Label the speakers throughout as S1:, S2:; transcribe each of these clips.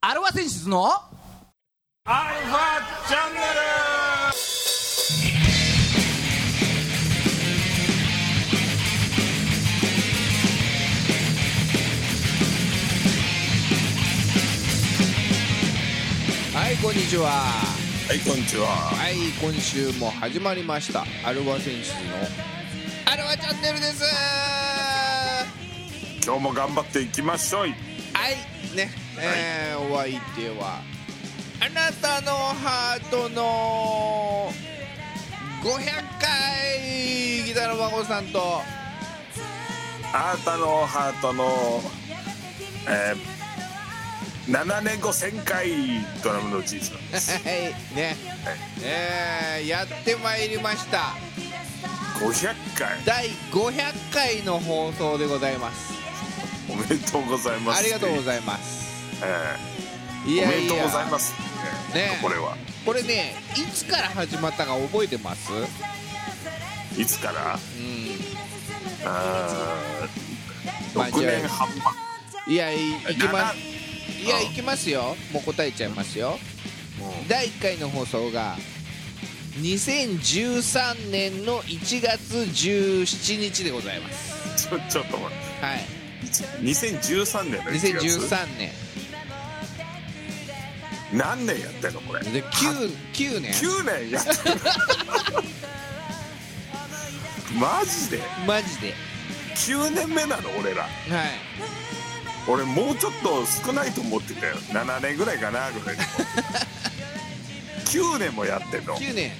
S1: アルファ選出の
S2: アルファチャンネル
S3: はいこんにちは
S2: はいこんにちは
S3: はい今週も始まりましたアルバ選手のアルバチャンネルですは
S2: 今日も頑張っていきましょうい
S3: いねえーお相手はあなたのハートの500回ギターの孫さ んと
S2: あなたのハートの、えー、7年後1000回ドラムのじいさん
S3: はいねえーやってまいりました
S2: 500回
S3: 第500回の放送でございます
S2: おめでとうございます
S3: ありがとうご
S2: い
S3: ざいます
S2: ます、え
S3: い
S2: ーお
S3: や
S2: め
S3: い
S2: でとうござい
S3: や
S2: ます
S3: ね
S2: これは
S3: これねいつから始まったか覚えてますうん
S2: いつからあー
S3: まあ
S2: 6
S3: じゃあ
S2: 年半ば
S3: いやいいきま
S2: な
S3: すいやいきますよもう答えちゃいますよ
S2: うん
S3: 第1回の放送が2013年の1月17日でございます
S2: ちょちょっと待
S3: はい
S2: って2013年の1月
S3: 2013年
S2: 何年やってんのこれ
S3: で 9, 9年
S2: 9年やってるマジで
S3: マジで
S2: 9年目なの俺ら
S3: はい
S2: 俺もうちょっと少ないと思ってたよ7年ぐらいかなぐらい9年もやってんの
S3: 9年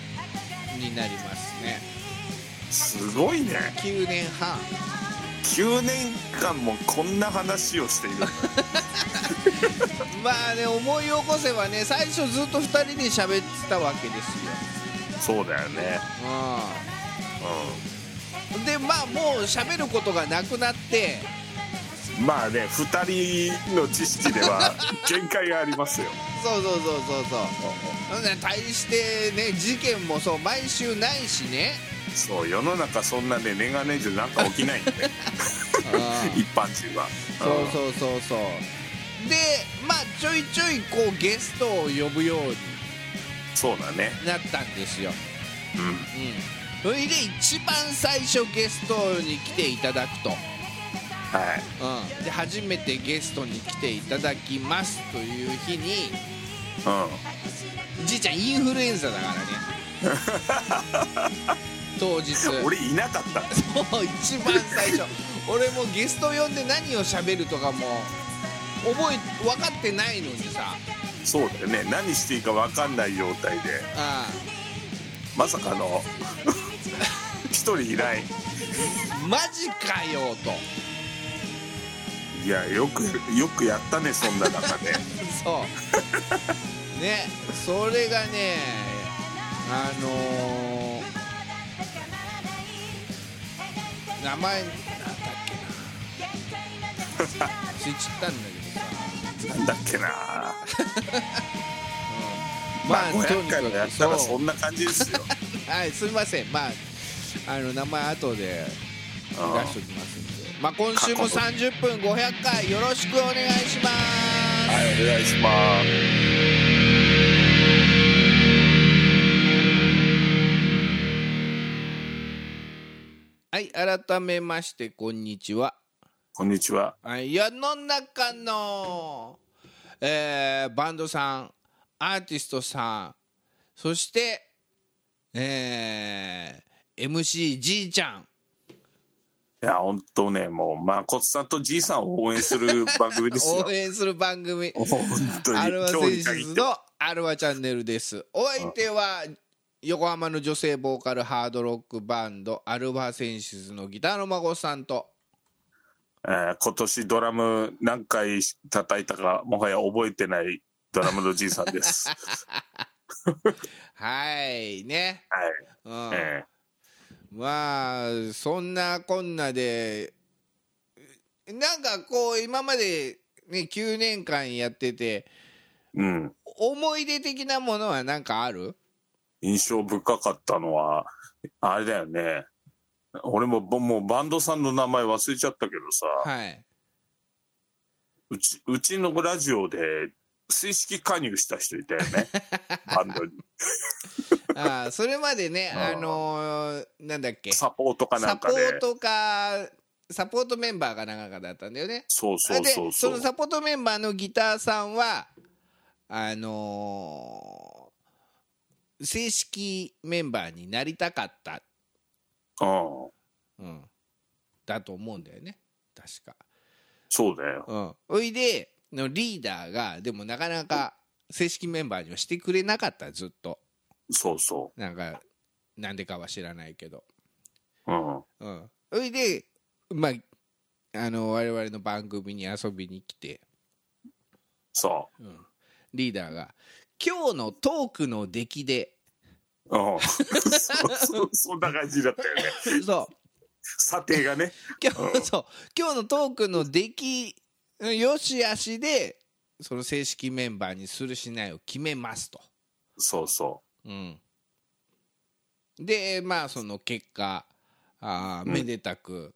S3: になりますね
S2: すごいね
S3: 9年半
S2: 9年間もこんな話をしている
S3: まあね思い起こせばね最初ずっと2人で喋ってたわけですよ
S2: そうだよね
S3: うんでまあもう喋ることがなくなって
S2: うんまあね2人の知識では限界がありますよ
S3: そうそうそうそうそうね対してね事件もそう毎週ないしね
S2: そう世の中そんなねネガネじゃなんか起きないん で一般人は
S3: そうそうそうそうでまあちょいちょいこうゲストを呼ぶように
S2: そうだね
S3: なったんですよ
S2: うん
S3: うんそれで一番最初ゲストに来ていただくと
S2: はい
S3: うん、で初めてゲストに来ていただきますという日に
S2: う
S3: じいちゃんインフルエンザだからね当日そ
S2: ん、
S3: う
S2: 俺いなかった
S3: 一番最初俺もゲスト呼んで何を喋るとかも覚え分かってないのにさ
S2: そうだよね何していいか分かんない状態で
S3: あ
S2: まさかの 一人いない
S3: あマジかよと
S2: いやよくよくやったねそんな中で
S3: そう ねそれがねあのー名前なんだ っけな知ったんだけどさ
S2: なんだっけな
S3: まあとに
S2: 500
S3: か
S2: 回もや
S3: く
S2: ったら
S3: そ
S2: そんな感じですよ、
S3: うはいすみませんまああの名前後で
S2: うん
S3: 出しておきますんでまあ今週も30分500回よろしくお願いします
S2: はいお願いします
S3: はい改めましてこんにちは
S2: こんにちは
S3: はい世の中の、えーバンドさんアーティストさんそして、えー MC じいちゃん
S2: いや本当ねもうまこつさんとじいさんを応援する番組です よ
S3: 応援する番組
S2: 本当に
S3: アルワ
S2: 今
S3: 選
S2: 日に限っ
S3: 手
S2: て
S3: のアルワチャンネルですお相手は横浜の女性ボーカルハードロックバンドアルファセンシスのギターの孫さんと
S2: えー今年ドラム何回叩いたかもはや覚えてないドラムのじいさん です。
S3: はいね、
S2: はい、
S3: うん
S2: え
S3: まあそんなこんなでなんかこう今まで、ね、9年間やってて
S2: ーうん、
S3: 思い出的なものは何かある
S2: 印象深かったのはあれだよね俺もぼもうバンドさんの名前忘れちゃったけどさ、
S3: はいう
S2: ちうちのラジオで正式加入した人いたよ ねバンドに
S3: あーそれまで ね
S2: あー
S3: あのーなんだっけ
S2: サポートかな
S3: サ
S2: ん
S3: ポ
S2: かで
S3: ートかサポートメンバーが長かだったんだよね
S2: そうそうそう
S3: でそ
S2: そ
S3: の
S2: う
S3: サポートメンバーのギターさんはあのー正式メンバーになりたかった、
S2: うん
S3: うん、だと思うんだよね確か。
S2: そうだよ
S3: うん、おいでのリーダーがでもなかなか正式メンバーにはしてくれなかったずっと
S2: そうそ
S3: なんかなんでかは知らないけど。
S2: ううん
S3: うん、おいで、まあ、あの我々の番組に遊びに来て、
S2: そ
S3: うん、リーダーが「今日のトークの出来で
S2: ううん そうそうそんな感じだったよね」
S3: そう
S2: 査定がね
S3: 今日
S2: うん
S3: そう今日のトークの出来のよしあしでその正式メンバーにするしないを決めますと。
S2: そうそ
S3: うん、でまあその結果あー
S2: うん
S3: めでたく、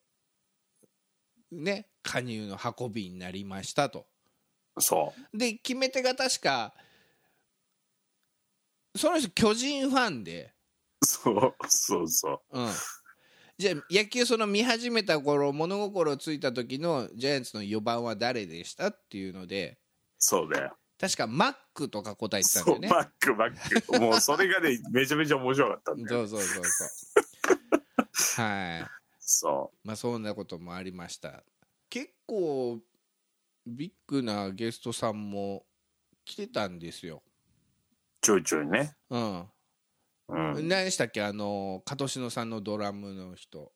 S3: ね加入の運びになりましたと。
S2: うそ
S3: で決め手が確かその人巨人ファンで、
S2: うそうそうそう
S3: うん、じゃあ野球その見始めた頃物心ついた時のジャイアンツの4番は誰でしたっていうので
S2: そうだよ
S3: 確かマックとか答えてたんだ
S2: そ
S3: よ
S2: う
S3: ね
S2: バックバックもうそれがね めちゃめちゃ面白かったんだ
S3: そ
S2: よ
S3: うそうそう そうはい
S2: そ
S3: まあそんなこともありました結構ビッグなゲストさんも来てたんですよ
S2: うちょいちょいね
S3: うん
S2: うん
S3: 何でしたっけあの加藤篠さんのドラムの人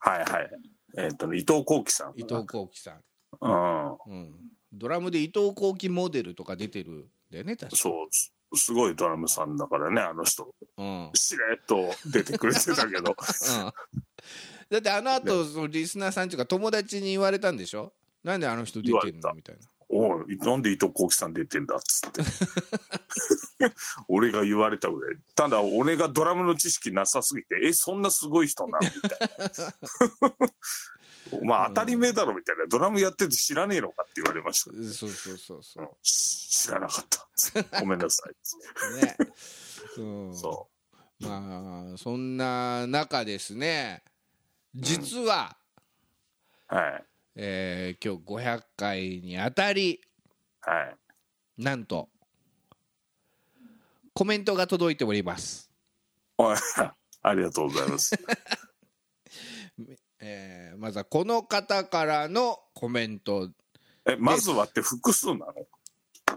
S2: はいはいえっ、とね伊藤幸喜さん
S3: 伊藤幸喜さん、
S2: うん
S3: うん、ドラムで伊藤幸喜モデルとか出てるんだよね確か、
S2: そうすすごいドラムさんだからねあの人
S3: うんうん、
S2: しれっと出てくれてたけど
S3: だってあの後そのリスナーさんというか友達に言われたんでしょなんであの人出てん
S2: 言わ
S3: の
S2: れ
S3: みたいな
S2: おいなんで伊藤幸喜さん出てんだっつって 俺が言われたぐらいただ俺がドラムの知識なさすぎてえそんなすごい人なのみ たいなまあ当たり前だろみたいなドラムやってて知らねえのかって言われました、
S3: うんそうそうそうそ
S2: うんし知らな かったごめんなさい
S3: うね、うん、
S2: そ
S3: まあそんな中ですね実は、
S2: うはい
S3: えー今日500回にあたり
S2: はい
S3: なんとコメントが届いております、
S2: おい ありがとうございます
S3: えーまずはこの方からのコメント
S2: えまずはって複数なの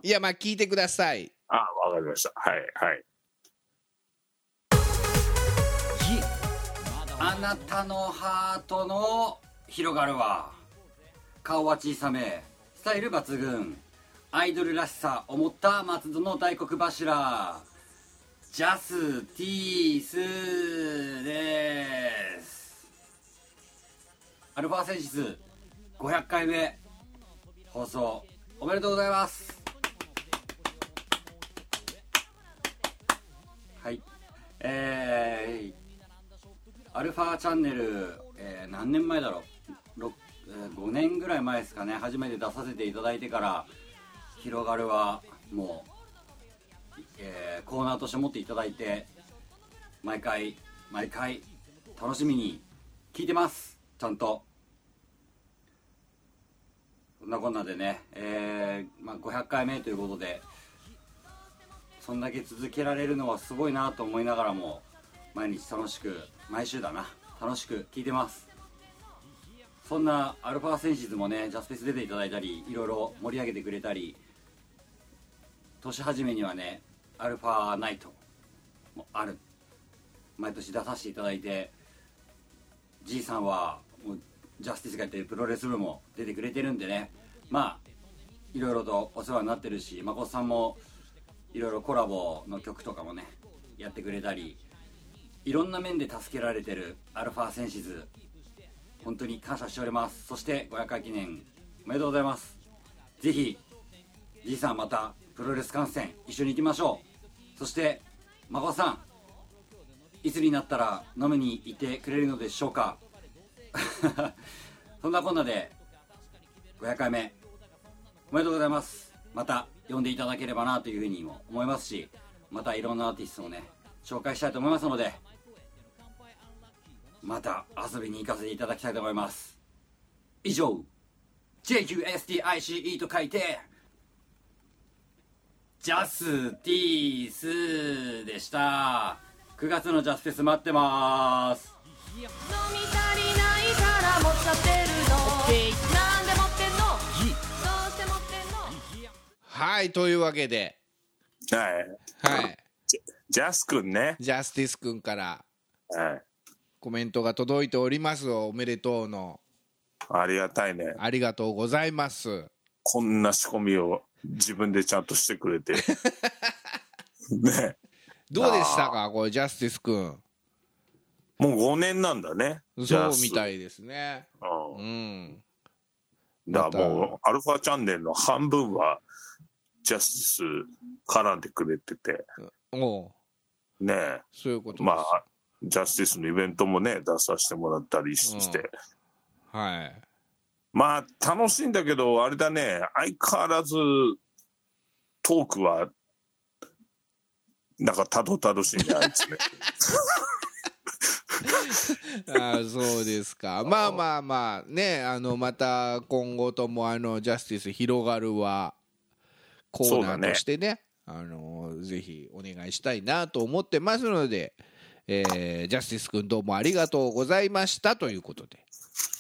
S3: いやまあ聞いてください
S2: あわかりましたはいはい
S1: あなたのハートの広がるわ顔は小さめスタイル抜群アイドルらしさを持った松戸の大黒柱ジャスティスですアルファセンシス500回目放送おめでとうございますはいえー、アルファチャンネル、えー何年前だろう、ろえー5年ぐらい前ですかね初めて出させていただいてから「広がる」はもう、えーコーナーとして持っていただいて毎回毎回楽しみに聞いてますちゃんとそんなこんなでね、えーまあ、500回目ということでそんだけ続けられるのはすごいなと思いながらも毎日楽しく毎週だな楽しく聞いてますそんなアルファセンシズもねジャスペス出ていただいたりいろいろ盛り上げてくれたり年始めにはねアルファナイトもある毎年出させていただいてじいさんはもうジャスティスがやってるプロレス部も出てくれてるんでねまあいろいろとお世話になってるしまこさんもいろいろコラボの曲とかもねやってくれたりいろんな面で助けられてるアルファセンシズ本当に感謝しておりますそして500回記念おめでとうございますぜひじいさんまたプロレス観戦一緒に行きましょうそして孫さんいつになったら飲みに行ってくれるのでしょうか そんなこんなで500回目おめでとうございますまた呼んでいただければなというふうにも思いますしまたいろんなアーティストをね紹介したいと思いますのでまた遊びに行かせていただきたいと思います以上 JQSTICE と書いてジャスティースでした9月のジャスフェス待ってます
S4: 飲み足りないから持っちゃってるのなんで持ってんのどうして持ってんの
S3: はいというわけで
S2: はい。
S3: はい
S2: ジャス君ね。
S3: ジャスティス君から
S2: はい。
S3: コメントが届いておりますおめでとうの
S2: ありがたいね。
S3: ありがとうございます
S2: こんな仕込みを自分でちゃんとしてく れて。ね。
S3: どうでしたかこれジャスティス君
S2: もう5年なんだね。ジ
S3: そ
S2: ャ
S3: う
S2: ス
S3: みたいですねう
S2: うん
S3: ん
S2: だからもう、アルファチャンネルの半分は、ジャスティス絡んでくれてて、
S3: おう
S2: ねえ
S3: そういうことです、
S2: まあ、ジャスティスのイベントもね、出させてもらったりして、
S3: うんはい
S2: まあ、楽しいんだけど、あれだね、相変わらず、トークは、なんか、たどたどしいね、あいつ ね。
S3: あーそうです かまあまあまあねあのまた今後ともあのジャスティス広がるはコーナーとしてねあのぜひお願いしたいなと思ってますので、えージャスティス君どうもありがとうございましたということで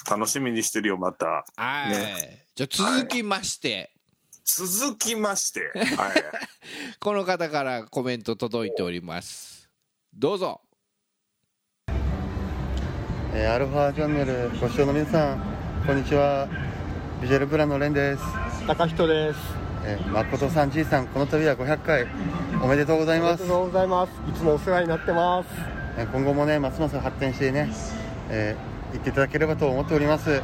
S2: 楽しみにしてるよ、また。
S3: はい、じゃあ続きまして、
S2: 続きまして、 はい。
S3: この方からコメント届いておりますどうぞ
S5: えーアルファチャンネルご視聴の皆さんこんにちはビジュアルプランのレンです
S6: 高人です。
S5: えー誠さんじいさんこの度は500回おめでとうござ
S6: あ
S5: い
S6: りが
S5: ます
S6: とうございます。いつもお世話になってます。
S5: えー今後もねますます発展してね、えー行っていただければと思っております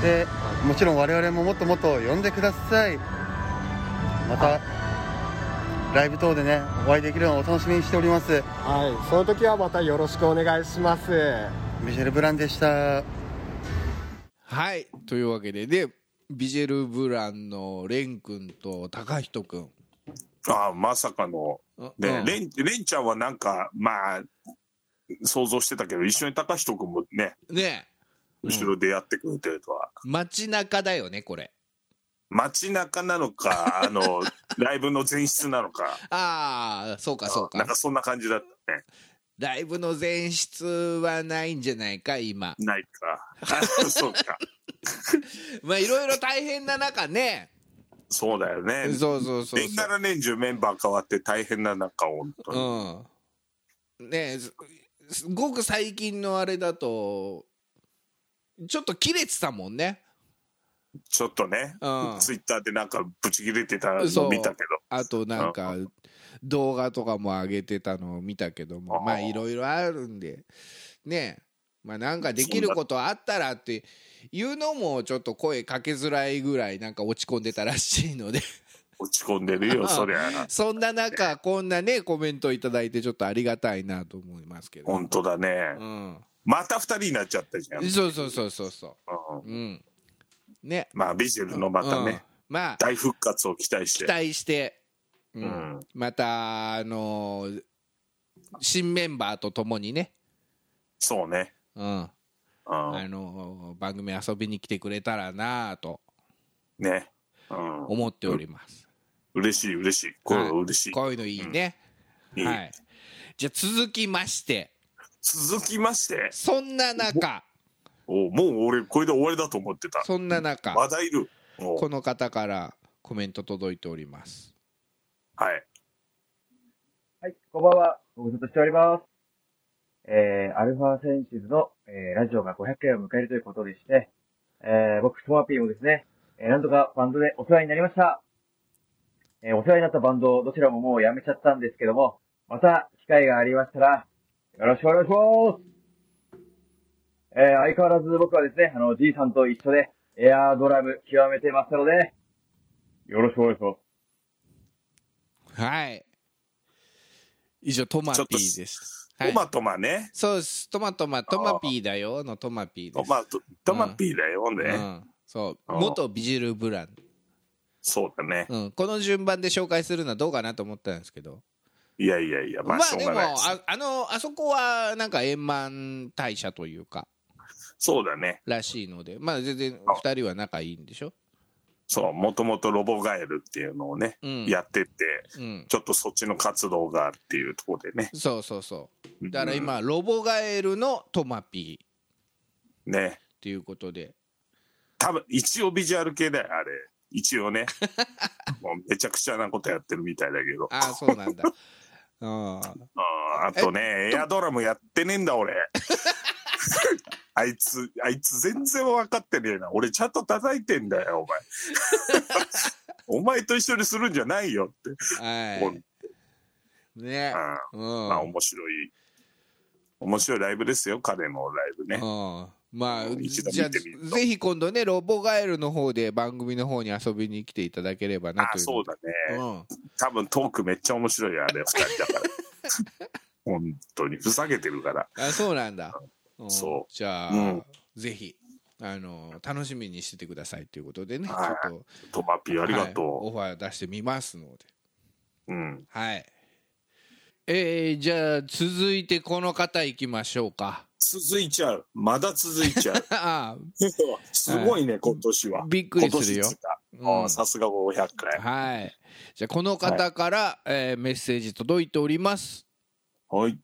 S5: でもちろん我々ももっともっと呼んでくださいまたライブ等でねお会いできるのをお楽しみにしております
S6: はい、その時はまたよろしくお願いします。
S5: ビジュアルブランでした
S3: はいというわけででビジェル・ブランのレン君と高人君
S2: ああ、まさかの。ね、
S3: うん
S2: レン、レンちゃんはなんか、まあ、想像してたけど、一緒に高人君もね、
S3: ね
S2: 後ろでやってくれてるとは。
S3: 街中だよねこれ
S2: 街中なの か、あの、ライブの前室なのか、
S3: ああそうかそう
S2: なん
S3: か
S2: かそんな感じだったね。
S3: ライブの前室はないんじゃないか今
S2: ないか。 そうか。
S3: まあいろいろ大変な中ね
S2: そうだよね。
S3: そうそうそう
S2: 年がら年中メンバー変わって大変な中、本当に。
S3: そううんねえすすごく最近のあれだとちょっと切れてたもんね
S2: ちょっとね、
S3: うん
S2: ツイッターでなんかブチ切れてた
S3: そう
S2: の見たけ
S3: あとなんか動画とかも上げてたのを見たけども
S2: あー
S3: まあいろいろあるんでねえまあなんかできることあったらっていうのもちょっと声かけづらいぐらいなんか落ち込んでたらしいの で
S2: ど、落ち込んでるよ、そりゃ。
S3: そんな中こんなねコメントいただいてちょっとありがたいなと思いますけど、
S2: 本当だね。
S3: うん、
S2: また二人になっちゃったじゃん。
S3: そうそうそうそうそ
S2: うん
S3: ううんね
S2: まあ、ビジェルのまた
S3: うん
S2: ね、
S3: まあ
S2: 大復活を期待し
S3: 期
S2: て。
S3: 待して、うん
S2: うん
S3: またあのー新メンバーとともにね、
S2: そうね。
S3: うん
S2: うん
S3: あのー番組遊びに来てくれたらなぁと
S2: ね。うん
S3: 思っております、
S2: 嬉しい、嬉しい。こういうの嬉しい。
S3: こういうのいいね、
S2: いい
S3: はいじゃあ続きまして
S2: 続きまして、
S3: そんな中
S2: おもう俺、これで終わりだと思ってた。
S3: そんな中
S2: まだいる。お
S3: この方からコメント届いております
S2: はい。
S7: はい、こんばんは。ご無沙汰しております。えー、アルファセンシズの、えー、ラジオが500回を迎えるということでして、えー、僕、トマピーもですね、えー、なんとかバンドでお世話になりました。えー、お世話になったバンド、どちらももうやめちゃったんですけども、また機会がありましたら、よろしくお願いします。えー、相変わらず僕はですね、あの、じいさんと一緒で、エアードラム極めてますので、よろしくお願いします。
S3: はい以上トマピ
S2: ちょっ
S3: ー
S2: と
S3: ですは
S2: ト
S3: い
S2: マトマね。
S3: そうですトマトマトマピーだよのトマピーです
S2: トマト、トマピーだよね。
S3: うん、そう
S2: あー
S3: 元ビジル・ブラン
S2: そうだね。
S3: うん、この順番で紹介するのはどうかなと思ったんですけど
S2: いやいやいや、ま
S3: ま
S2: あ、
S3: あ
S2: しょう
S3: でも
S2: がないです。
S3: ああのあそこはなんか円満退社というから
S2: そうだね。
S3: らしいのでまあ全然
S2: あ
S3: 2人は仲いいんでしょ
S2: そう、もともとロボガエルっていうのをね、
S3: うん
S2: やってて、
S3: うん
S2: ちょっとそっちの活動がっていうところでね。
S3: そうそうそうだから
S2: うん
S3: 今ロボガエルのトマピーっ
S2: ね。
S3: ていうことで
S2: 多分、一応ビジュアル系だよ、あれ。一応ね。 もうめちゃくちゃなことやってるみたいだけど。
S3: ああそう なんだあ
S2: あーあとね、エアドラムやってねえんだ、俺。 あいつ、あいつ全然分かってねえな。俺ちゃんと叩いてんだ よ、お前。お前と一緒にするんじゃないよって。
S3: あはいね
S2: あ
S3: うん
S2: ーまあ面白い、面白いライブですよ、彼のライブね。
S3: うんまあ、
S2: 一度
S3: じゃあ
S2: 見てみると
S3: ぜひ今度ねロボガエルの方で番組の方に遊びに来ていただければなと
S2: あー
S3: いう
S2: そうだね。
S3: うん
S2: 多分トークめっちゃ面白いよ、あれ、二人だから。 本当に、ふざけてるから。
S3: あそうなんだ、ん
S2: そう
S3: じゃあ、
S2: うん
S3: ぜひあの楽しみにしててくださいということでね、
S2: はい
S3: ちょっと
S2: トマピーありが
S3: はい
S2: と
S3: オファー出してみますので
S2: う。うん。
S3: はいえー、じゃあ続いてこの方いきましょうか
S2: 続いちゃう。まだ続いち ゃう。
S3: あ
S2: すごいね、今年は。
S3: びっくりするよ
S2: 今年っつうか
S3: うん
S2: うんさすが500回。
S3: はいじゃあこの方から、えーメッセージ届いております
S2: はい。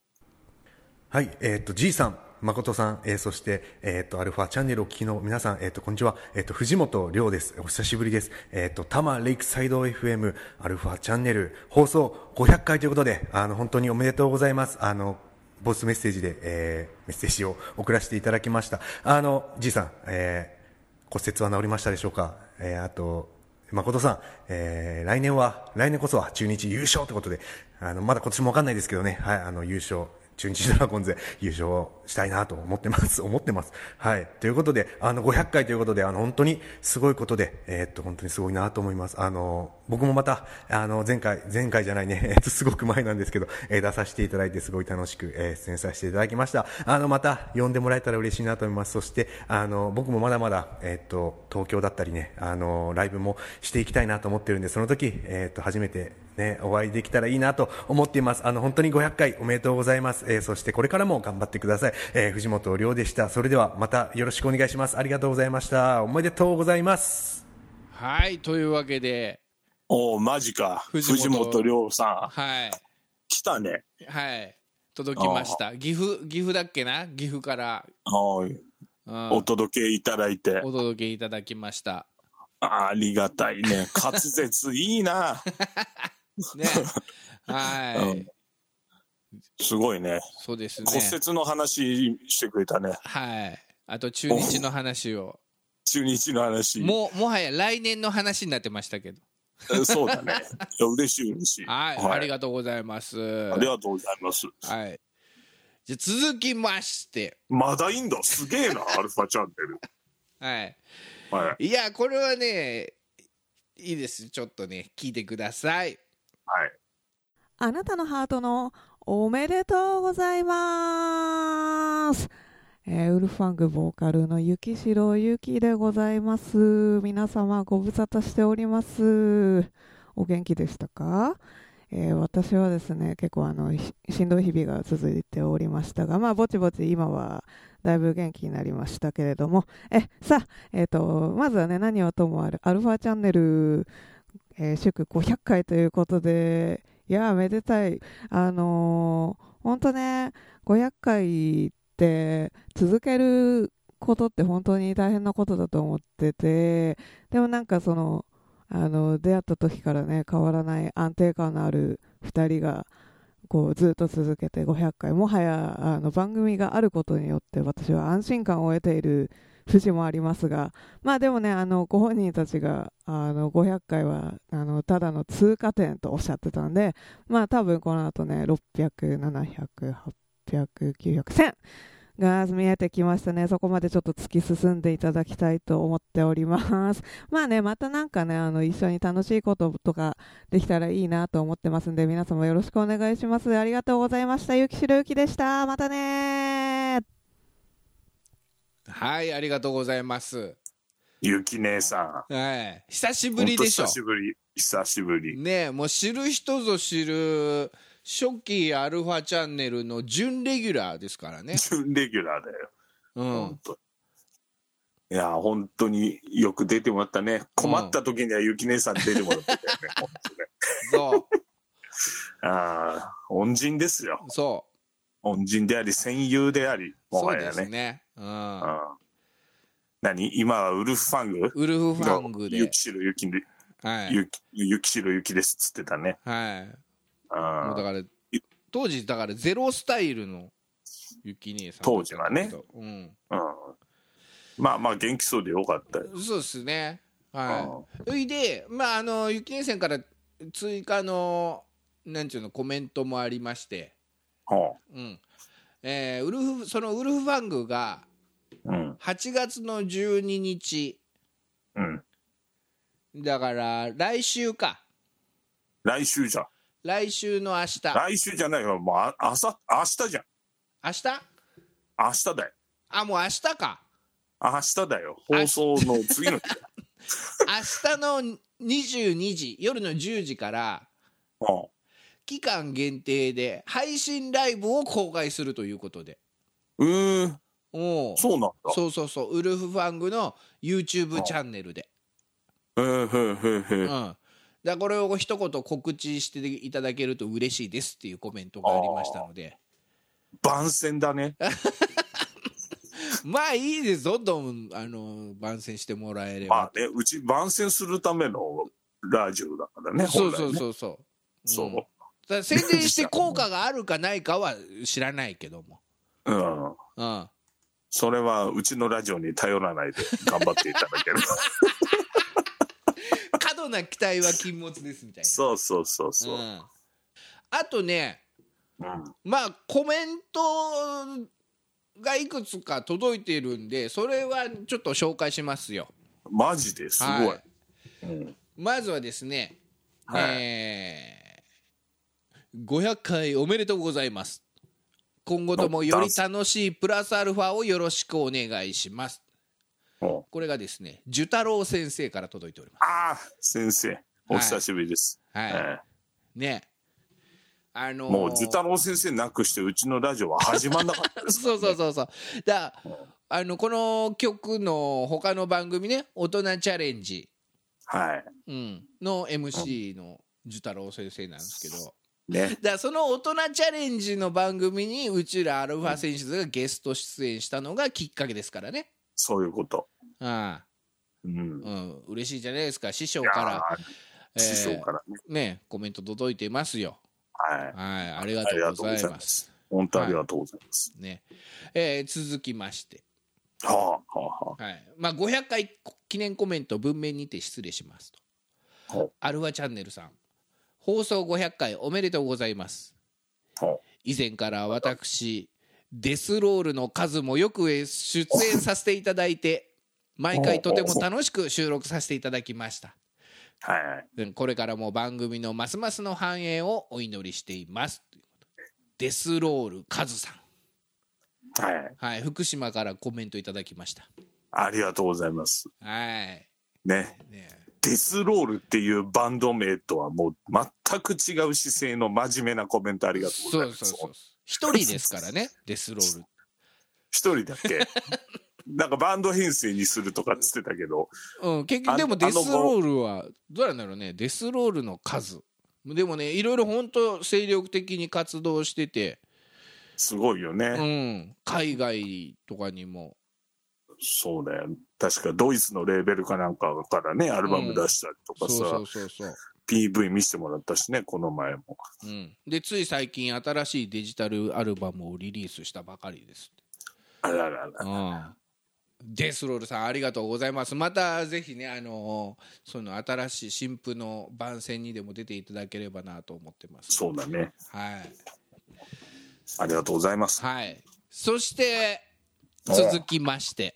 S8: はい、えっ、と、G さん、誠さん、えーそして、えっ、と、アルファチャンネルをお聞きの皆さん、えっ、と、こんにちは。えっ、と、藤本亮です。お久しぶりです。えっ、と、多摩レイクサイド FM、アルファチャンネル、放送500回ということで、あの、本当におめでとうございます。あの、ボスメッセージで、えーメッセージを送らせていただきました。あの、G さん、えー骨折は治りましたでしょうかえーあと、誠さん、えー来年は、来年こそは中日優勝ということで、あの、まだ今年もわかんないですけどね、はい、あの、優勝、中日ドラゴンズで優勝したいなと思ってます。 思ってます。はい。ということで、あの、500回ということで、あの、本当にすごいことで、えーっと、本当にすごいなと思います。あの、僕もまた、あの、前回、前回じゃないね、えー っと、すごく前なんですけど、えー出させていただいて、すごい楽しく、えー出演させていただきました。あの、また、呼んでもらえたら嬉しいなと思います。そして、あの、僕もまだまだ、えーっと、東京だったりね、あの、ライブもしていきたいなと思ってるんで、その時、えーっと、初めてね、お会いできたらいいなと思っています。あの、本当に500回おめでとうございます。えーそしてこれからも頑張ってください。えー藤本亮でした。それではまたよろしくお願いします。ありがとうございました。おめでとうございます。
S3: はいというわけで
S2: おお、マジか。
S3: 藤本
S2: 藤本亮さん。
S3: はい
S2: 来たね。
S3: はい届きました岐阜岐阜だっけな岐阜から、
S2: はい。
S3: うん
S2: お届けいただいて。
S3: お届けいただきました
S2: あありがたい ね。滑舌いいな。
S3: ねはい、
S2: うんすごいね。
S3: そうですね
S2: 骨折の話してくれたね。
S3: はいあと中日の話を
S2: 中日の話。
S3: もうもはや来年の話になってましたけど
S2: そうだね。いや嬉しい嬉しい。
S3: はい、あり
S2: が
S3: がとうございます
S2: ありがとうございます。
S3: はいじゃあ続きまして
S2: まだいいんだ。すげえな、アルファチャンネル。
S3: はい
S2: はい。
S3: いやこれはねいいですちょっとね聞いてください
S2: はい。
S9: あなたのハートのおめでとうございます。えーウルファングボーカルの雪城ゆきでございます。皆様ご無沙汰しております。お元気でしたか、えー私はですね、結構あのししんどい日々が続いておりましたが、まあぼちぼち今はだいぶ元気になりましたけれども、え、さあ、えっ、と、まずはね、何はともあるアルファチャンネル、えー祝500回ということで、いやーめでたいあのー、ほんとね500回って続けることって本当に大変なことだと思っててでもなんかそのあの出会った時からね変わらない安定感のある2人がこうずっと続けて500回もはやあの番組があることによって私は安心感を得ている節もありますがまあでもねあのご本人たちがあの500回はあのただの通過点とおっしゃってたんでまあ多分この後ね600700800900100が見えてきましたねそこまでちょっと突き進んでいただきたいと思っております まあねまたなんかねあの一緒に楽しいこととかできたらいいなと思ってますんで皆様よろしくお願いしますありがとうございましたゆきしろゆきでしたまたね
S3: はいありがとうございます
S2: ゆき姉さ
S3: はい、久し
S2: ん。
S3: ぶりでしょ
S2: ほんと久しぶり。久しぶり。
S3: ねえもう知る人ぞ知る初期アルファチャンネルの準レギュラーですからね、
S2: 準レギュラーだよ。
S3: う
S2: ほ
S3: ん
S2: ん、といや、本当によく出てもらったね。困った時にはゆき姉さん出てもらったよね。ほんとね
S3: そう
S2: ああ、恩人ですよ。
S3: そ
S2: 恩人であり、戦友であり、
S3: う
S2: も
S3: そ
S2: は
S3: う
S2: や
S3: です
S2: ね。
S3: ね、うん
S2: う、ん何今はウルフファング
S3: ウルフファング
S2: ゆ
S3: で
S2: き、しろゆきで、
S3: はい
S2: ゆきゆきしろゆきですっつってたね。
S3: はい、もうだ
S2: あ
S3: から当時だからゼロスタイルのゆき姉さん
S2: 当時はね、
S3: うん、
S2: あ、うん。まあまあ元気そうでよかったよ。
S3: そうですねはいそれでまああのゆき姉さんから追加のなんていうのコメントもありまして
S2: う
S3: うんえーウルフそのウルフファングが
S2: ん。うん。
S3: 8月の12日
S2: うん。
S3: だから来週か
S2: 来週じゃん。
S3: 来週の明日
S2: 来週じゃないよ。もうあ、あさ、明日じゃん。
S3: 明日
S2: 明日だよ。
S3: あもう明日か
S2: 明日だよ。
S3: 明
S2: 放
S3: 日
S2: 送の次の 日。
S3: 明日の22時夜の10時から
S2: うん。
S3: 期間限定で配信ライブを公開するということで
S2: うーん、
S3: おう
S2: そうなんだ。
S3: そうそうそうウルフファングの YouTube チャンネルで、
S2: へーへーへー
S3: う
S2: へ
S3: ん、だ
S2: ー
S3: からこれを一言告知していただけると嬉しいですっていうコメントがありましたので
S2: 番宣だね。
S3: まあいいですどんどんあの番宣してもらえれば、
S2: まあね、うち番宣するためのラジオだからね、
S3: そう
S2: 本来
S3: そう
S2: ね
S3: そうそう、
S2: そ
S3: うんだから宣伝して効果があるかないかは知らないけども、
S2: う。うん。
S3: うん、
S2: それはうちのラジオに頼らないで頑張っていただ ける。
S3: 過度な期待は禁物ですみたいな
S2: そうそうそうそうう。
S3: ん、あとね
S2: うん。
S3: まあコメントがいくつか届いているんでそれはちょっと紹介しますよ。
S2: マジですご
S3: はいい。まずはですね、
S2: はい
S3: えー500回おめでとうございます。今後ともより楽しいプラスアルファをよろしくお願いします。
S2: うん
S3: これがですね、寿太郎先生から届いておりま
S2: ああ、先生、お久しぶりです。
S3: す。はい。
S2: え
S3: ね。あ
S2: え
S3: のー
S2: もう、寿太郎先生なくして、うちのラジオは始まんなかったですから
S3: そうそ
S2: ね
S3: うそうそう。だあのこの曲の他の番組ね、大人チャレンジ、
S2: はい。
S3: うん、の MC の寿太郎先生なんですけど、
S2: ね。
S3: だその大人チャレンジの番組にうちらアルファ選手がゲスト出演したのがきっかけですからね。
S2: そういうこと。
S3: ああ
S2: うん。
S3: うん、嬉しいじゃないですか師匠
S2: いや
S3: か
S2: ー
S3: ら、
S2: 師匠かららね。
S3: ねコメント届いてますよ
S2: はい。
S3: はいありが
S2: あり
S3: と
S2: が
S3: う
S2: と
S3: ご
S2: うご
S3: ざ
S2: ざ
S3: いま
S2: いますす。本当ありがとうございます。
S3: ね、えー続きまして
S2: はあ、はあ、は
S3: はいまあ、500回記念コメント文面にて失礼します
S2: あ。は
S3: とアルファチャンネルさん放送500回おめでとうございます
S2: あ、はあ。
S3: 以前から私デスロールの数もよく出演させていただいて毎回とても楽しく収録させていただきました
S2: はいはい。
S3: うんこれからも番組のますますの繁栄をお祈りしていますということでデスロールカズさん、
S2: はい。
S3: はい、福島からコメントいただきました
S2: ありがとうございます。
S3: はい
S2: ね。
S3: ねえ
S2: デスロールっていうバンド名とはもう全く違う姿勢の真面目なコメントありがとうございます。
S3: そうそうそう一人ですからねデスロール
S2: 一人だっ けなんかバンド編成にするとかっつってたけど、
S3: うん、結局
S2: あ
S3: でもデス
S2: あの
S3: ロールはどうなんだろうねデスロールの数でもねいろいろ本当精力的に活動してて、
S2: すごいよね。
S3: うん、海外とかにも
S2: そうだよ。確かドイツのレーベルかなんかからね、アルバム出したりと
S3: そ
S2: か
S3: う
S2: さ、
S3: そうそうそう、
S2: PV 見せてもらったしね、この前も。
S3: うん、でつい最近新しいデジタルアルバムをリリースしたばかりです、
S2: あららら。
S3: うん、デスロールさんありがとうございますまたぜひねあのその新しい新婦の番宣にでも出ていただければなと思ってます
S2: そうだね。
S3: はい
S2: ありがとうございます。
S3: はい。そして、
S2: おう
S3: 続きまして、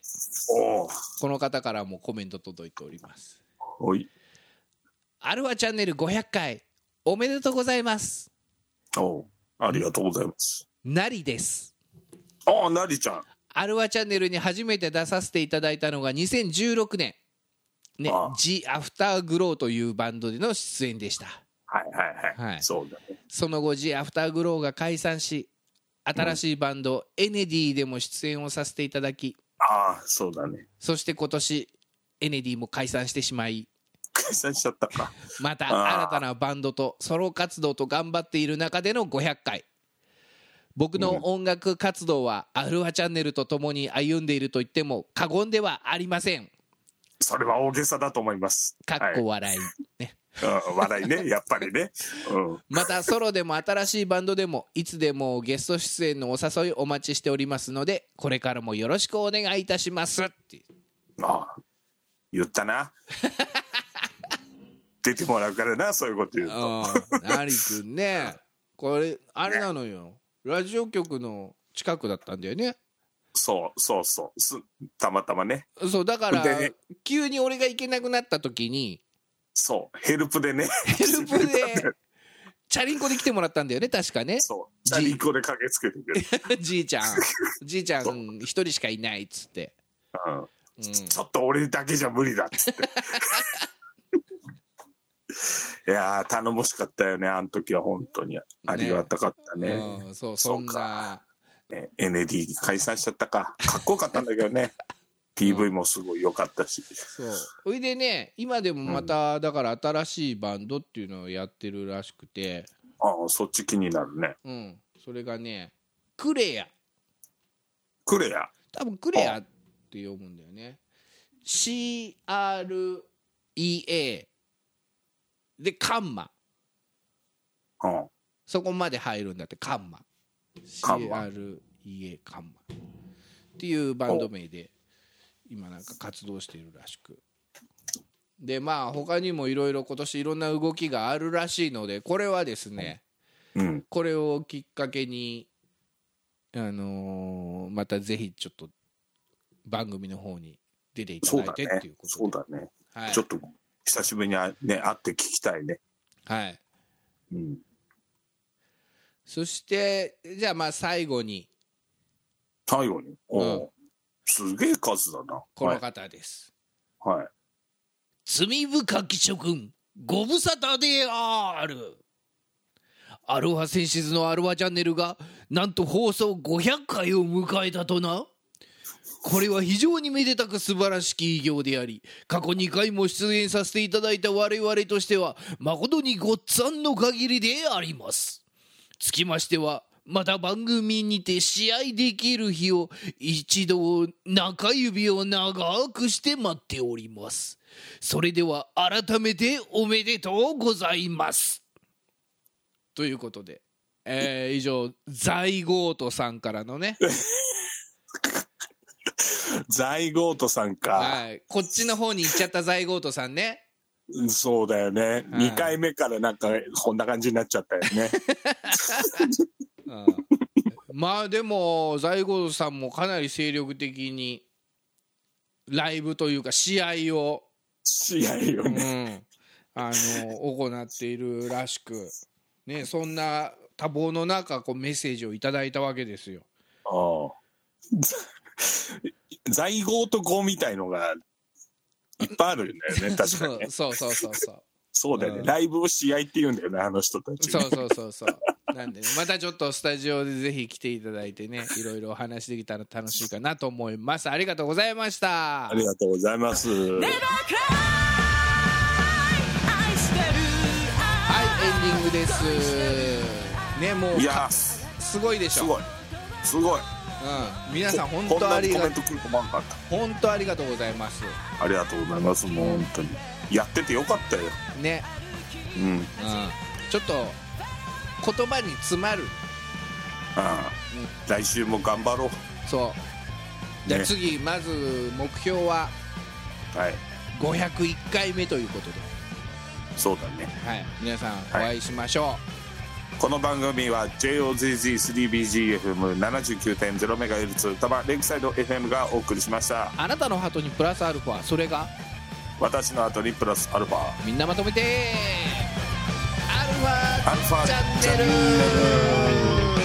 S2: おう
S3: この方からもコメント届いております。
S2: おい。
S3: アルファチャンネル500回、おめでとうございます。
S2: おうありがとうございます。
S3: なりです。
S2: ああ、なりちゃん。
S3: アルファチャンネルに初めて出させていただいたのが2016年。ね
S2: ああ、
S3: ジ・アフターグローというバンドでの出演でした。
S2: はいはいはい。
S3: はい
S2: そうだね。
S3: その後、ジ・アフターグローが解散し、新しいバンド、エネディでも出演をさせていただき、
S2: ああ、そうだね。
S3: そして今年、エネディも解散してしまい、
S2: 解散しちゃったか。
S3: また
S2: あー
S3: 新たなバンドとソロ活動と頑張っている中での500回僕の音楽活動はアルファチャンネルとともに歩んでいると言っても過言ではありません
S2: それは大げさだと思います。
S3: かっこ笑い、ね、
S2: はいうん笑いね、やっぱりね。うん。
S3: またソロでも新しいバンドでもいつでもゲスト出演のお誘いお待ちしておりますのでこれからもよろしくお願いいたしますって
S2: ああ、言ったな。出てもらうからな、そういうこと言うと。
S3: ああ成くんねこれあれなのよラジオ局の近くだったんだよね
S2: そうそうそうす。たまたまね。
S3: そうだから
S2: で
S3: 急に俺が行けなくなった時 に
S2: そう。ヘルプでね。
S3: ヘルプでチャリンコで来てもらったんだよね確かね
S2: そう。チャリンコで駆けつけてくれる。
S3: じいちゃんじいちゃん一人しかいないっつって、
S2: うん
S3: うん、
S2: ちょっと俺だけじゃ無理だっつって。いやー頼もしかったよねあの時は本当にありがたかったね
S3: うんそう
S2: そ
S3: そ
S2: うんか
S3: な
S2: ね ND 解散しちゃったかかっこよかったんだけどね PV もすごい良かったし
S3: そうそれでね今でもまただから新しいバンドっていうのをやってるらしくて、
S2: ああそっち気になるね
S3: うん、それがねクレア
S2: クレア
S3: 多分クレアって読むんだよね CREA でカンマ
S2: うん
S3: そこまで入るんだってカンマ
S2: カンマ
S3: CREA カンマっていうバンド名で今なんか活動しているらしくでまあ他にもいろいろ今年いろんな動きがあるらしいのでこれはですね
S2: うん
S3: これをきっかけにあのーまたぜひちょっと番組の方に出ていた
S2: そう
S3: だい
S2: だ
S3: て
S2: ね
S3: っていうこと
S2: そうだね、
S3: ではい
S2: ちょっと久しぶりにあね会って聞きたいね
S3: はい
S2: うん
S3: そしてじゃあまあ最後に
S2: 最後におう、
S3: うん
S2: すげえ数だな
S3: こ
S2: は
S3: の
S2: い
S3: 方です、
S2: はい
S3: 罪深き諸君ご無沙汰であるアロハセンシズのアロハチャンネルがなんと放送500回を迎えたとなこれは非常にめでたく素晴らしき偉業であり過去2回も出演させていただいた我々としては誠にごっつぁんの限りでありますつきましてはまた番組にて試合できる日を一度中指を長くして待っておりますそれでは改めておめでとうございますということで、えー以上在ゴートさんからのね、
S2: ザイゴートさんか、
S3: はい、こっちの方に行っちゃった在ゴートさんね
S2: そうだよね、
S3: はい
S2: 二2回目からなんかこんな感じになっちゃったよ ね
S3: うんまあでも在郷さんもかなり精力的にライブというか試合を、
S2: 試合よ
S3: う
S2: ね、
S3: ん、あの行っているらしく、ね、そんな多忙の中こうメッセージをいただいたわけですよ。
S2: ああザイゴート語みたいのがいっぱいあるんだよ ね確かにね
S3: そうそうそうそう
S2: そうだよね、
S3: うん
S2: ライブを試合って言うんだよねあの人たちね
S3: そうそうそうそうなんで、ね、またちょっとスタジオでぜひ来ていただいてねいろいろお話できたら楽しいかなと思いますありがとうございました
S2: ありがとうございます。
S3: はい、エンディングです。ね、もう
S2: いやー、
S3: すごいでし
S2: す
S3: ょ。
S2: ごい。すごい。
S3: うん、皆さん本
S2: ここん
S3: 当
S2: な
S3: あ
S2: に
S3: り
S2: コ
S3: が
S2: メント来ると思わんかった。
S3: 本当ありがとうございます。
S2: ありがとうございます。もう本当に。やっててよかったよ。
S3: ね、
S2: うん。
S3: うん、ちょっと言葉に詰まる。
S2: ああ、来週も頑張ろ
S3: そう。じゃあ
S2: ね
S3: 次、まず目標は
S2: う。はい。
S3: 501回目ということで、
S2: そうだね。
S3: はい、皆さんお会いしましょ
S2: この番組は JOZZ3BGFM79.0MHz 歌場レイクサイド FM がお送りしました
S3: う。。あなたのハートにプラスアルファ、それが
S2: 私の後にプラスアルファ。
S3: みんなまとめて。アルファ
S2: アルファ
S3: チャンネル。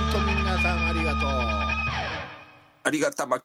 S3: 本当皆さんありがとう。
S2: ありがたま